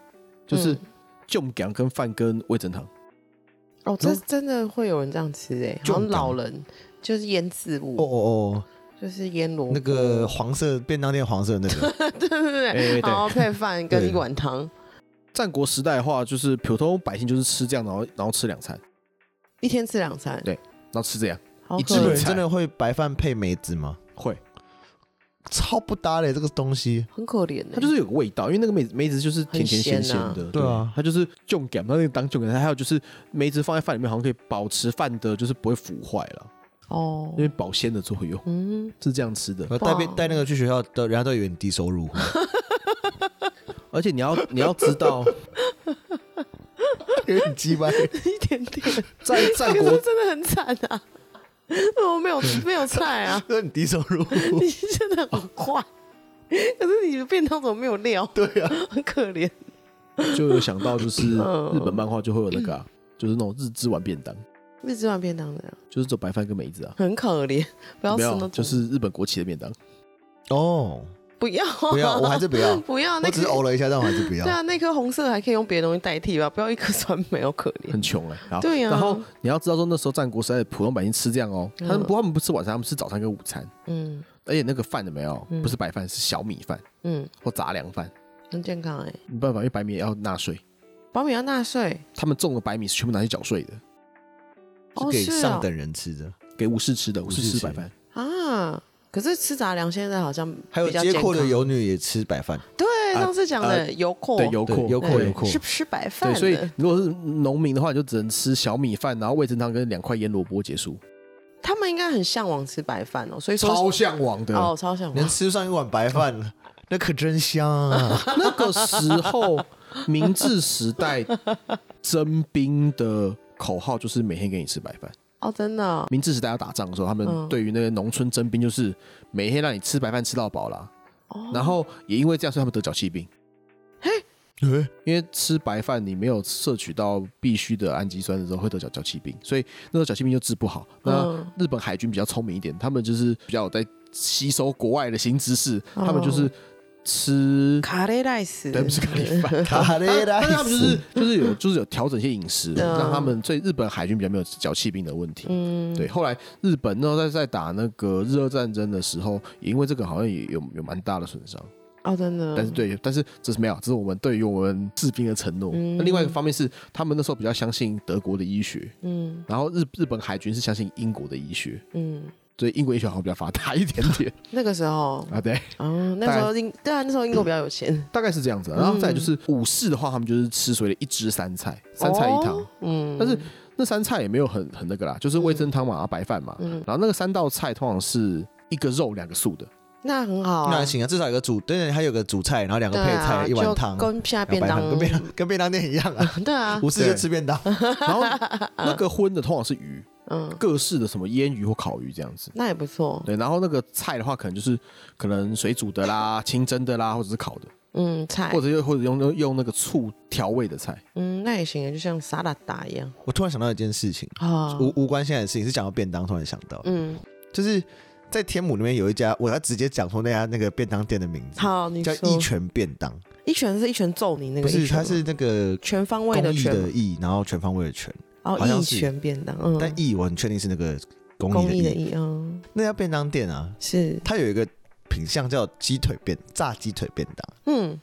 就是
嗯
酱姜跟饭跟味噌汤。
哦，这真的会有人这样吃哎、欸，
就
好
很
像老人就是腌制物，
哦哦
就是腌萝
哦
卜，，
那个黄色便当店黄色的那个，
对对对，
哎对
然 后配饭跟一碗汤，
战国时代的话，就是普通百姓就是吃这样，然后然后吃两餐，
一天吃两餐，
对然后吃这样
好
一
可
只
日本
对
人
怜，
真的会白饭配梅子吗？
会，
超不搭嘞，这个东西。
很可怜、欸，
它就是有个味道，因为那个梅梅子就是甜甜咸咸
很
的，
对啊
它就是酱姜，它那个当酱姜，它还有就是梅子放在饭里面，好像可以保持饭的，就是不会腐坏了，
哦
因，为保鲜的作用。
嗯，
是这样吃的，
我呃带带那个去学校，都人家都以为你低收入。
而且你要你要知道，
有点鸡掰。
一 点点，
在
这
战
个
国
是真的很惨啊， 怎么没有没有菜 啊？
说你低收入，
你真的很坏， 可是你的便当怎么没有料？对啊， 很可 怜。
就有想到，就是
嗯
日本漫画就会有那个啊、就是那种日之丸便当，
日之碗便当的
就是走白饭跟梅子啊，
很可怜， 不要
没
吃
有
那
啊
种，
就是日本国旗的便当，
哦，
不要啊。
不要，我还是不要
不啊要，那
我只是
颗
呕了一下，但我还是不要
对。啊，那颗红色还可以用别的东西代替吧，不要一颗酸梅，好 可怜。
很穷哎、然后
对啊
然后你要知道说那时候战国时代的普通百姓吃这样哦、他们不他们不吃晚餐，他们吃早餐跟午餐，
嗯
而且那个饭有没有，不是白饭是小米饭
嗯，
或杂粮饭，
很健康哎、
没办法，因为白米也要纳税，
保米要纳税
他们种的白米是全部拿去缴税的，
是
哦，
给
是
上
啊
等人吃的，
给武士吃的，武士
武士
吃
吃
白饭，
啊。可是吃杂粮现在好像
还有
比较
街阔的
健康，
游女也吃白饭，
对，
啊
上次讲
呃
的油阔，
对，油
对
阔
油阔
对
油阔
是吃白
对，
饭的，
所以如果是农民的话，你就只能吃小米饭，然后味噌汤跟两块腌萝卜结束，
他们应该很向往吃白饭哦，所以说
向往的
哦，超向
能
往，
吃上一碗白 饭，那可真香啊！
那个时候，明治时代征兵的口号就是每天给你吃白饭。
哦，真的哦
明治时代要打仗的时候，他
嗯
们对于那个农村征兵就是每天让你吃白饭吃到饱啦。然后也因为这样，所以他们得脚气病，
诶
因为吃白饭你没有摄取到必须的氨基酸的时候，会得脚脚气病，所以那时候脚气病就治不好。那
嗯
日本海军比较聪明一点，他们就是比较有在吸收国外的新知识，
哦
他们就是吃
卡雷赖斯，
对，不是咖喱饭，
卡 雷拉
但是他们就
斯
是就是有就是有调整一些饮食，
嗯
让他们对日本海军比较没有脚气病的问题。
嗯，
对，后来日本那时候在在打那个日俄战争的时候，也因为这个好像也有有蛮大的损伤。
哦，真的，
但是对，但是这是没有，这是我们对于我们士兵的承诺。那另外一个方面是，他们那时候比较相信德国的医学，
嗯
然后日日本海军是相信英国的医学，
嗯，
所以英国医学好像比较发达一点 点
那个时候，
啊。对，
哦，那时候英，对啊，那时候英国比较有钱，
大概是这样子啊。然后再来
嗯
就是武士的话，他们就是吃所谓的一汁三菜，三菜一汤。
哦，嗯，
但是那三菜也没有很很那个啦，就是味噌汤嘛，然后白饭嘛，
嗯
然后那个三道菜通常是一个肉两个素 的，
那很好
那
啊
还，行啊，至少有个主，对，还有个主菜，然后两个
对
配
啊，
菜，一碗汤，
就跟现在
然
便
后白
当
饭，跟便 当跟便当店一样啊，
对啊，
不是就吃便当，
然后那个荤的通常是鱼，
嗯，
各式的什么腌鱼或烤鱼这样子。
那也不错，
对，然后那个菜的话，可能就是可能水煮的啦、清蒸的啦，或者是烤的，
嗯，菜
或，者又或者用用用那个醋调味的菜。
嗯，那也行，就像沙拉达一样
我突然想到一件事情，
啊，
无无关现在的事情，是讲到便当，突然想到，
嗯
就是在天母那边有一家，我要直接讲出那家那个便当店的名字，
好，你
叫
说
一拳便当，
一拳是一拳揍你那
不
个一拳吗，
是，它是那个
全方位
公益
拳
的
吗，
益，然后全方位的全，好
哦，
像
一
是
拳便当，嗯，
但益我很确定是那个公
公
益
益
的
的
益。
益，嗯，
那家便当店啊，
是，
它有一个品相叫鸡腿便炸鸡腿便当，
嗯，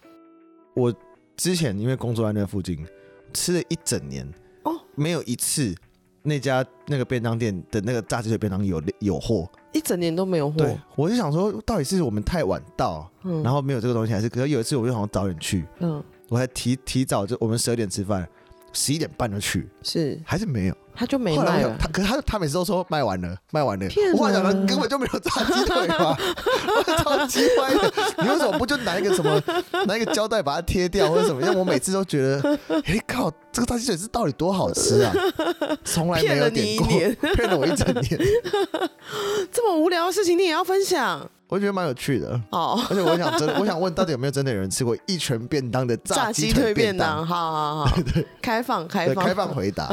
我之前因为工作在那附近，吃了一整年，
哦，
没有一次那家那个便当店的那个炸鸡腿便当有有货。
一整年都没有
对
货，，
我就想说，到底是我们太晚到，
嗯，
然后没有这个东西，还是？可是有一次我就好像早点去，
嗯，
我还提提早就我们十二点吃饭，十一点半就去，
是，
还是没有。
他就没
后来我
卖
想
了，
他可是他他每次都说卖完了，卖完了
骗。人
我后来想说根本就没有炸鸡腿 嘛，我超鸡歪的。你为什么不就拿一个什么 拿一个胶带把它贴掉或者什么？因为我每次都觉 得，哎、靠，这个炸鸡腿是到底多好吃啊！从来没
骗了
有
你
点
一
过，
年，
骗了我一整年，
这么无聊的事情你也要分享
我觉得蛮有趣的。
哦。
而且我想真 的，我想问，到底有没有真的有人吃过一拳便当的
炸
鸡
鸡腿
便
便当，？好好好，开放开
对，
放
开放回答。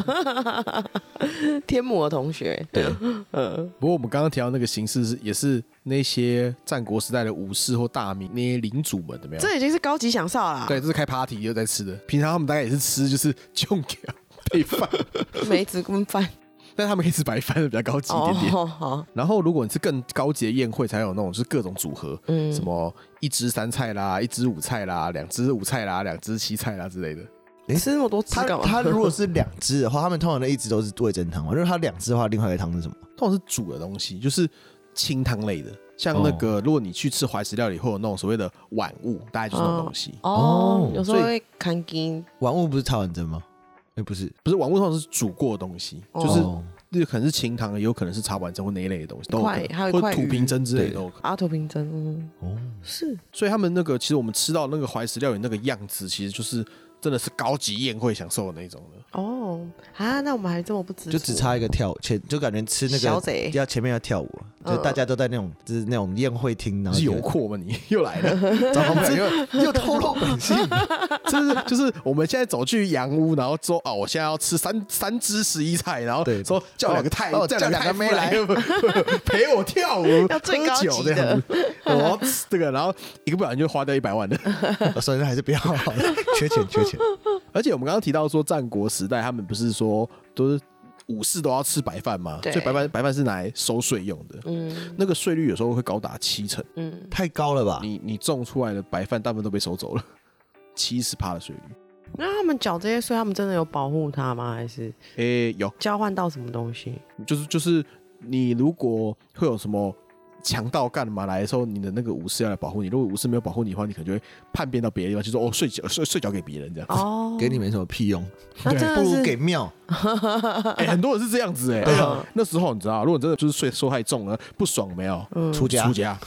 天母的同学，
对，
嗯，
不过我们刚刚提到那个形式是也是那些战国时代的武士或大名那些领主们怎么样？
这已经是高级享受啦。
对，这是开 party 又在吃的，平常他们大概也是吃就是重给配饭，
梅子跟饭
但他们可以吃白饭的比较高级一
哦，
点点。
好，
然后如果你是更高级的宴会，才有那种是各种组合，
嗯，
什么一只三菜啦，一只五菜啦，两只五菜啦，两只七菜啦之类的。
吃那么多 吃
他
干嘛？
他如果是两只的话，他们通常的一直都是味噌汤嘛。如果他两只的话，另外一个汤是什么？
通常是煮的东西，就是清汤类的，像那个、如果你去吃怀石料理，会有那种所谓的碗物，大概就是那种东西。
哦
哦，
有时
所
候
以
会看筋，
玩物不是超完整吗？哎、不是，
不是碗物，通常是煮过的东西，
哦
就是
哦
那可能是清汤，也有可能是茶碗蒸或那一类的东西，都有可
快还有
能，或
快
者土
鱼
瓶蒸之类的
对
都有可能。
阿头平针，嗯，
哦，
是
所以他们那个，其实我们吃到那个怀石料理那个样子，其实就是真的是高级宴会享受的那一种的。
哦啊，那我们还这么不知
就只差一个跳舞，前就感觉吃那
小
个
贼
要前面要跳舞，啊
嗯
就大家都在那种就是那种宴会厅，然后
是
就
油 阔吗？你又来了，
糟糕，不然又又透露 本性，
就是就是我们现在走去洋屋，然后说哦，我现在要吃三三只十一菜，然后
对
说叫两个太
哦
叫
叫
两
两
个
个
妹
妹
来 陪我跳舞，
要最
喝
高
酒
级
这样
的
子，我要吃这个，然后一个不小心就花掉一百万的。
哦算了，还是不要好了，缺钱缺钱，
而且我们刚刚提到说，战国时代他们不是说都是武士都要吃白饭吗？
对
所以白饭白饭是拿来收税用的，
嗯
那个税率有时候会高达七成。
嗯，
太高了吧？
你你种出来的白饭大部分都被收走了，七十趴的税率。
那他们缴这些税，他们真的有保护他吗？还是
诶、有，
交换到什么东西？
就是就是你如果会有什么强盗干嘛来的时候，你的那个武士要来保护你。如果武士没有保护你的话，你可能就会叛变到别的地方，就说哦睡觉睡睡觉给别人这样。
哦，
给你没什么屁用，
那真
不
的
如
是
给庙。
诶很多人是这样子哎、
对啊
而且那时候你知道，如果你真的就是睡受害重了，不爽没有？
嗯
出家
出家，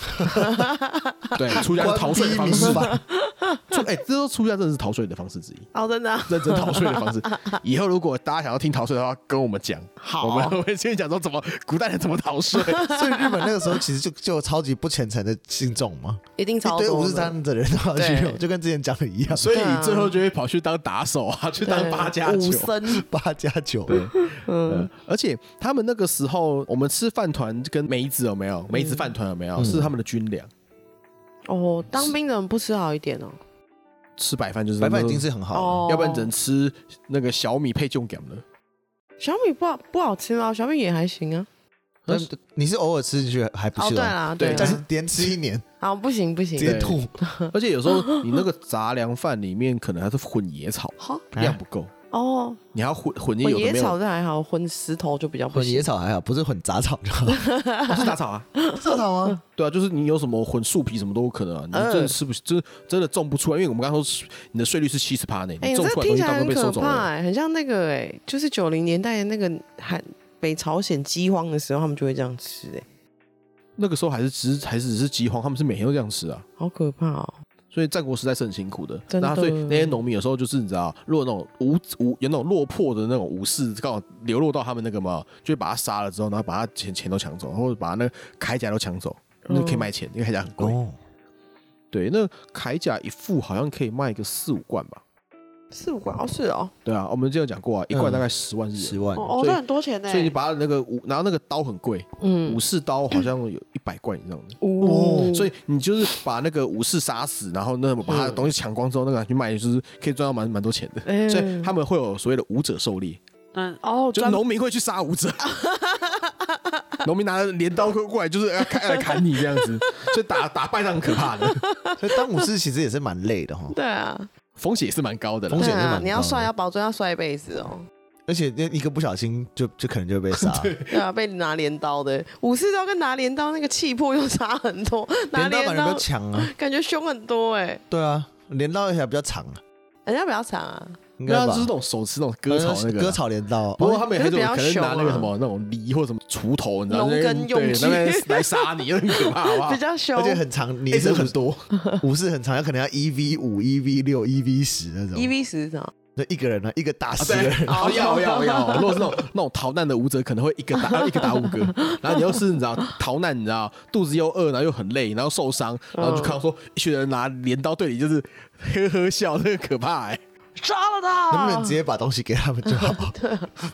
对，出家是逃税的方式吧？ 出哎、这时候出家真的是逃税的方式之一，
哦，真的啊
认真逃税的方式。以后如果大家想要听逃税的话，跟我们讲，
好
我们我们先讲说怎么古代人怎么逃税。
所以日本那个时候其实就 就有超级不虔诚的信众嘛，
一定超
一
多
堆
的
五十三的人都要去
对
用，就跟之前讲的一样，
所以
对啊
你最后就会跑去当打手啊，去当
对
八加
武
九。
僧，
八加九，
嗯，而且他们那个时候，我们吃饭团跟梅子有没有？梅子饭团有没有？是他们的军粮，
哦，当兵的人不吃好一点哦，
吃白饭就是
白饭已经，是很好了。
哦，
要不然只能吃那个小米配重感了。
小米不好不好吃吗？小米也还行啊。
但是你是偶尔吃进去还不
哦，
是
对
吗？
啦，
啊对
对啦，
但是连吃一年，
好啊不行不行
直，接吐。
而且有时候你那个杂粮饭里面可能还是混野草，
好
量不够，
哦，
你还要混混
混
有的
野
没
草
有，
这还好，混石头就比较不
混野
行。
草还好，不是混杂草就 好。
不是杂草啊，
杂草吗？
对啊，就是你有什么混树皮什么都有可能啊，你
嗯
真的吃不，真真的种不出来，因为我们刚刚说你的税率是七十趴呢，
哎，
你
你
种
这
出来的东
听起
西
来
大部分被
很
收
可
走
怕
了。
哎，很像那个哎，就是九零年代的那个韩北朝鲜饥荒的时候，他们就会这样吃哎，
那个时候还是只是还是只是饥荒，他们是每天都这样吃啊。
好可怕哦。
所以战国时代是很辛苦的，
真的
那所以那些农民有时候就是你知道，如果那种无无有那种落魄的那种武士，刚好流落到他们那个嘛，就会把他杀了之后，然后把他钱钱都抢走，或者把他那个铠甲都抢走，那
嗯
就可以卖钱，因为铠甲很贵。
哦，
对，那铠甲一副好像可以卖个四五贯吧，
四五罐哦，是哦，
对啊，我们之前有讲过啊，一
嗯
罐大概十万日元，
十万，
所
哦，
以
这很多钱呢
所。以你把它那个武，然后那个刀很贵，
欸嗯，
武士刀好像有一百罐以上的。
哦
所以你就是把那个武士杀死，然后那把他的东西抢光之后，那个拿去卖，就是可以赚到蛮蛮多钱的。
哎
所以他们会有所谓的武者狩猎，
嗯，哦，
就
专
农民会去杀武者，农民拿着镰刀过来，就是要砍来砍你这样子，所以打打败仗很可怕的，
所以当武士其实也是蛮累的哈，
对啊，
风险也是蛮高的啦
风
对
险是蛮高
啊，
的
你要摔要保证要摔一辈子哦，
而且一个不小心就就可能就会被 杀。
对啊，被拿镰刀的武士刀跟拿镰刀那个气魄又差很多，拿
镰刀感觉
镰
比
刀
较强啊，
感觉凶很多哎，
对啊，镰刀还比较长啊，
人家比较长啊，
应
那
该吧
就是那？种手持那种割草那个啦啊
割。草镰刀，
不过
哦，
他们也还是有
可是比较
可能
凶啊
拿那个什么那种犁或者什么锄头，你知道
农
那边
耕用
对
具
那边来杀你， 很可怕，好不好
比？较凶
啊而且很长，你
也
是
是
很
很多，
武士很长，有可能要一 v 五、一 v 六、一 v 十那
一
种，
，E v 十长，
就一个人呢，一个打
啊
十个
对
人，，
然后要要要，如果是那种那种逃难的舞者，可能会一个打一个打五个，然后你又是你知道逃难，你知道肚子又饿，然后又很累，然后受伤，然
嗯
后就看到说一群人拿镰刀对你就是呵呵笑，那个可怕哎、
杀了
能不能直
他。
接把东西给他们就 好？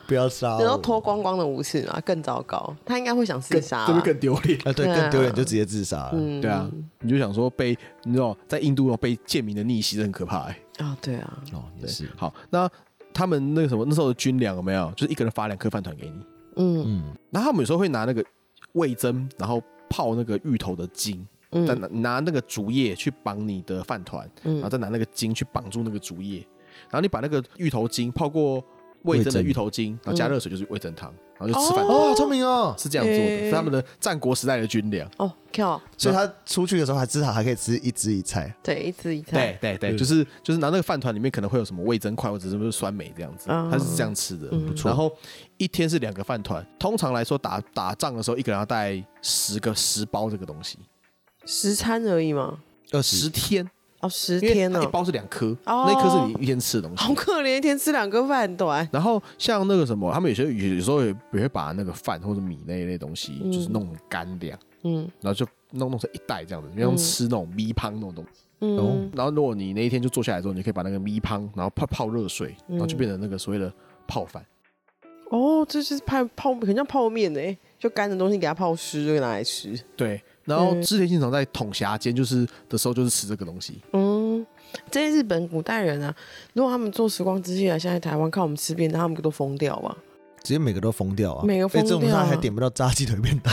不要杀
然后
我。
脱光光的武士啊，更糟糕，他应该会想自
更
杀
这
啊
不。更丢脸？
啊，对，
对啊
更丢脸就直接自杀了。
嗯
对啊，你就想说被你知道在印度那种被贱民的逆袭，真的很可怕哎、
啊，对啊，
哦，也
对
是，
好，那他们那个什么那时候的军粮有没有？就是一个人发两颗饭团给你，
嗯
嗯，
然后他们有时候会拿那个味增，然后泡那个芋头的筋，再
嗯
拿拿那个竹叶去绑你的饭团，然
啊
后
嗯，
再拿那个筋去绑住那个竹叶，然后你把那个芋头筋泡过味增
味
的
噌
芋头筋，然后加热水就是味增汤，然后就吃饭。
哦，聪明哦。
是这样做的，
诶
是他们的战国时代的军粮。
哦，跳，
所以他出去的时候还至少还可以吃一枝一菜，
对，一只一菜，
对对对，
嗯
就是就是拿那个饭团里面可能会有什么味增块或者是不是酸梅这样子，
哦
它是这样吃的。
嗯不错
然后一天是两个饭团，通常来说打打仗的时候，一个人要带十个十包这个东西，
十餐而已嘛，
二
十天，
哦，十
因为
天
它一
哦，
包是两颗，
哦
那一颗是你一天吃的东西。
好可怜，一天吃两个饭团，
然后像那个什么，他们有些有有时候也也会把那个饭或者米那一类东西，
嗯
就是弄成干粮，
嗯
然后就弄弄成一袋这样子，你用吃那种米汤那种东西。
哦
嗯，
然后如果你那一天就坐下来之后，你可以把那个米汤，然后泡泡热水，
嗯
然后就变成那个所谓的泡饭。
哦，这就是泡泡，很像泡面诶，就干的东西给它泡湿，就拿来吃，
对，然后
嗯
织田信长在统辖间就是的时候，就是吃这个东 西。
嗯，这些日本古代人啊，如果他们坐时光机器来现在台湾看我们吃便当，他们都疯掉吧？
直接每个都疯掉啊！
每个疯
被这种
掉啊
上还点不到炸鸡腿便当，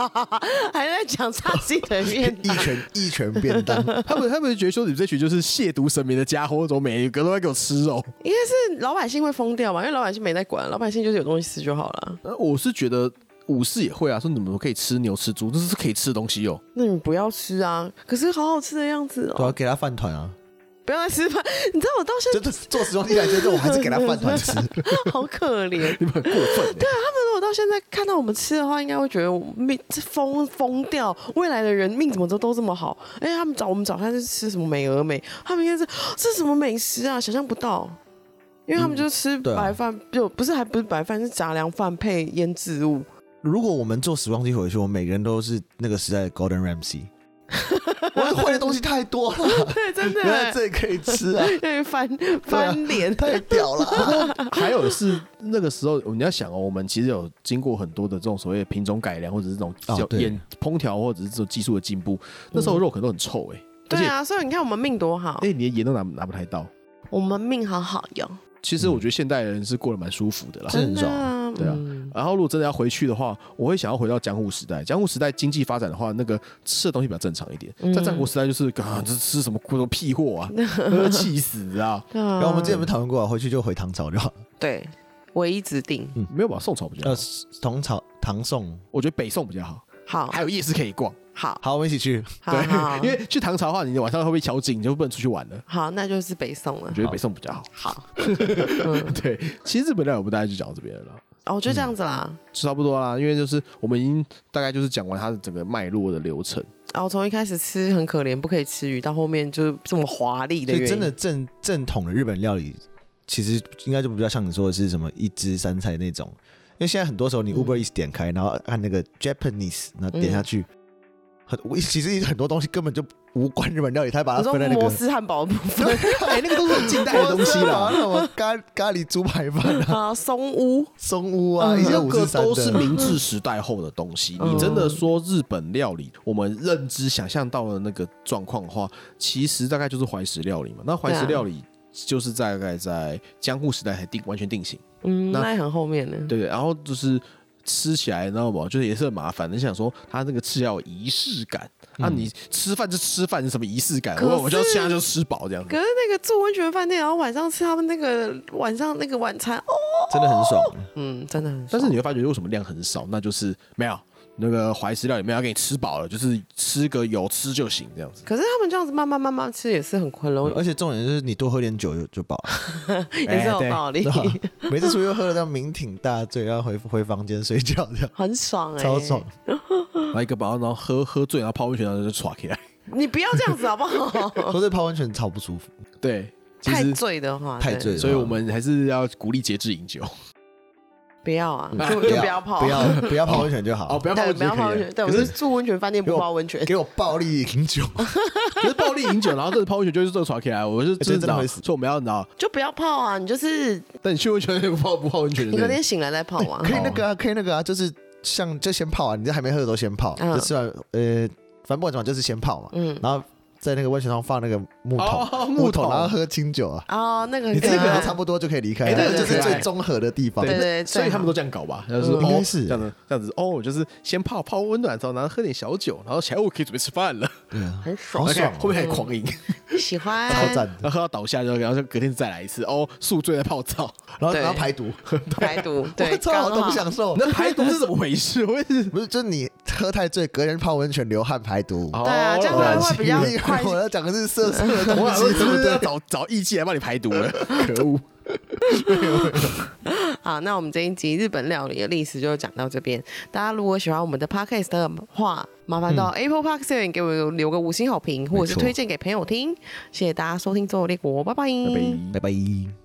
还在讲炸鸡腿 面
一拳一拳便 当，
他们他们就觉得说你们这群就是亵渎神明的家伙，怎么每一个都在给我吃肉？
应该是老百姓会疯掉吧，因为老百姓没在管，老百姓就是有东西吃就好了。
呃我是觉得武士也会啊，说你们可以吃牛吃猪，这是可以吃的东西 哦。
那你不要吃啊，可是好好吃的样子
我
哦，
要给他饭团啊！
不要再吃饭。 你知道我到现
真的做时装机来之后，我还是给他饭团吃。
在 好可怜，
你们很过分、欸。
那如果到现在看到我们吃的话，应该会觉得我们命这疯疯掉。未来的人命怎么都都这么好？而且他们早我们早餐是吃什么美而美，他们应该是这是什么美食啊，想象不到。因为他们就吃
对啊
白饭，就不是还不是白饭，是杂粮饭配腌制物。
如果我们做时光机回去，我们每个人都是那个时代的 Golden Ramsy，我会的东西太多了，
对，真
原来这
的，
里可以吃 啊！
对翻
对啊
翻脸，
太屌了！啊
还有是那个时候，你要想哦，我们其实有经过很多的这种所谓的品种改良，或者是这种
哦
叫
对
演烹调，或者是这种技术的进步。那时候肉可能都很臭哎、而
对
且
啊，所以你看我们命多好，
哎、你的盐都拿拿不太到。
我们命好好哟，
其
嗯
实我觉得现代人是过得蛮舒服的啦。
是很
真的啊，
对啊
嗯
然后如果真的要回去的话，我会想要回到江户时代。江户时代经济发展的话，那个吃的东西比较正常一点。
嗯
在战国时代就是啊，这吃什么什么屁货 啊，那气死啊！
对啊
然后我们之前不是讨论过啊，回去就回唐朝就好了。
对唯一指定
没有吧？宋朝比较
呃
好，，
唐朝唐宋，
我觉得北宋比较好，
好
还有夜市可以逛。
好
好，我们一起去。
好好
对，因为去唐朝的话，你晚上会被敲警，你就不能出去玩了。
好，那就是北宋了
我。觉得北宋比较好。
好，嗯，
对，其实日本料理我们大概就讲到这边了啦，
哦，就这样子啦。
就差不多啦。因为就是我们已经大概就是讲完它的整个脉络的流程。
然后哦从一开始吃很可怜，不可以吃鱼，到后面就是这么华丽的
所
原
以真
因，
的正正统的日本料理，其实应该就比较像你说的是什么一汁三菜那种，
嗯
因为现在很多时候你 Uber Eats 点开，然后按那个 Japanese，然后点下去，很，我其实很多东西根本就无关日本料理，他还把
你
它
说
分在那
摩
个。
斯汉堡的部分，
哎，那个都是很近代的东西啦，
什么咖咖喱猪排饭啊、
啊，松屋
松屋啊，以前
这
五
嗯个
十三
都是
的，
明治时代后的东西。
嗯
你真的说日本料理，我们认知想象到的那个状况的话，其实大概就是怀石料理嘛。那怀石
啊
料理就是大概在江户时代才定完全定型，
嗯，
那
那也很后面呢。
对不对？然后就是。吃起来，你知道吗？就是也是很麻烦。你想说，它那个吃要有仪式感，那、你吃饭就吃饭，有什么仪式感？
嗯可
我我就要
是
现在就吃饱这样子
可，是那个住温泉饭店，然后晚上吃他们那个晚上那个晚餐，哦，
真的很爽。
嗯，真的很爽。
但是你会发觉，为什么量很少？那就是没有那个怀石料理没有要给你吃饱了，就是吃个有吃就行这样子。
可是他们这样子慢慢慢慢吃也是很困容易，
而且重点就是你多喝点酒就就饱了。
也
哎
是有道理，
哎 每次出去又喝得到酩酊大醉，然后回回房间睡觉，这样
很爽哎，
超爽。。
然后一个饱，然后喝喝醉，然后泡温泉，然后就耍起来。
你不要这样子好 不好？
哦
说这泡温泉超不舒服，
对，其
太
实
醉的话，
太
对
醉了。
啊所以我们还是要鼓励节制饮酒。
不要啊，
嗯
就就不要泡，
不要不要泡温泉就好。哎
哦，不要泡
对，
温
不
泉
要
就可
泡温
以
泉。
了。
对，我是住温泉饭店不泡温泉，
给我暴力饮酒，
哦可是暴力饮酒，然后真的泡温泉就是这耍起来，我是
真的
真的
会
会
死
死。所以我们要你知道，
就不要泡啊！你就是
但你去温泉不泡不泡温泉
你
的
隔
人
天，醒来再泡嘛。
可以那个啊，可以那个啊，就是像就先泡啊，你这还没喝的时候先泡，
嗯
就吃完呃，反正不管怎么样就是先泡嘛，
嗯，
然后在那个温泉上放那个木
哦
桶，
木桶
桶，然后喝清酒啊，
哦，那个很
你这
可
个
爱
差不多就可以离开
哎
了，这
对对
个
对
就是最
对
综合的地方。
对对，
所以他们都这样搞吧，就是说
应该
哦
是
这样子这样子哦，就是先泡泡温暖之后，然后喝点小酒，然后起来我可以准备吃饭了。
对啊，
很
好
然后
爽，
开
爽哦
始会不会很狂饮？
喜欢
超赞的。
然后喝到倒下之后，然后就隔天再来一次哦，宿醉再泡澡。
然后
对
然后排毒，
排毒，对，
超好都
刚
不
好
享受。
哦那排毒是怎么回事？我也是。
不是，就是你喝太醉，隔天泡温泉流汗排毒。
哦
对啊这 样会会比较
你以为
快
我要讲的是色色的
我
东
想
西
说，是
对
不
不
是要
对？
找找艺妓来帮你排毒了？ 可恶！
好，那我们这一集日本料理的历史就讲到这边。大家如果喜欢我们的 podcast 的话，麻烦
嗯
到 Apple Podcast 留言给我留个五星好评，或者是推荐给朋友听。谢谢大家收听《周游列国》，拜拜
拜
拜
拜。
拜。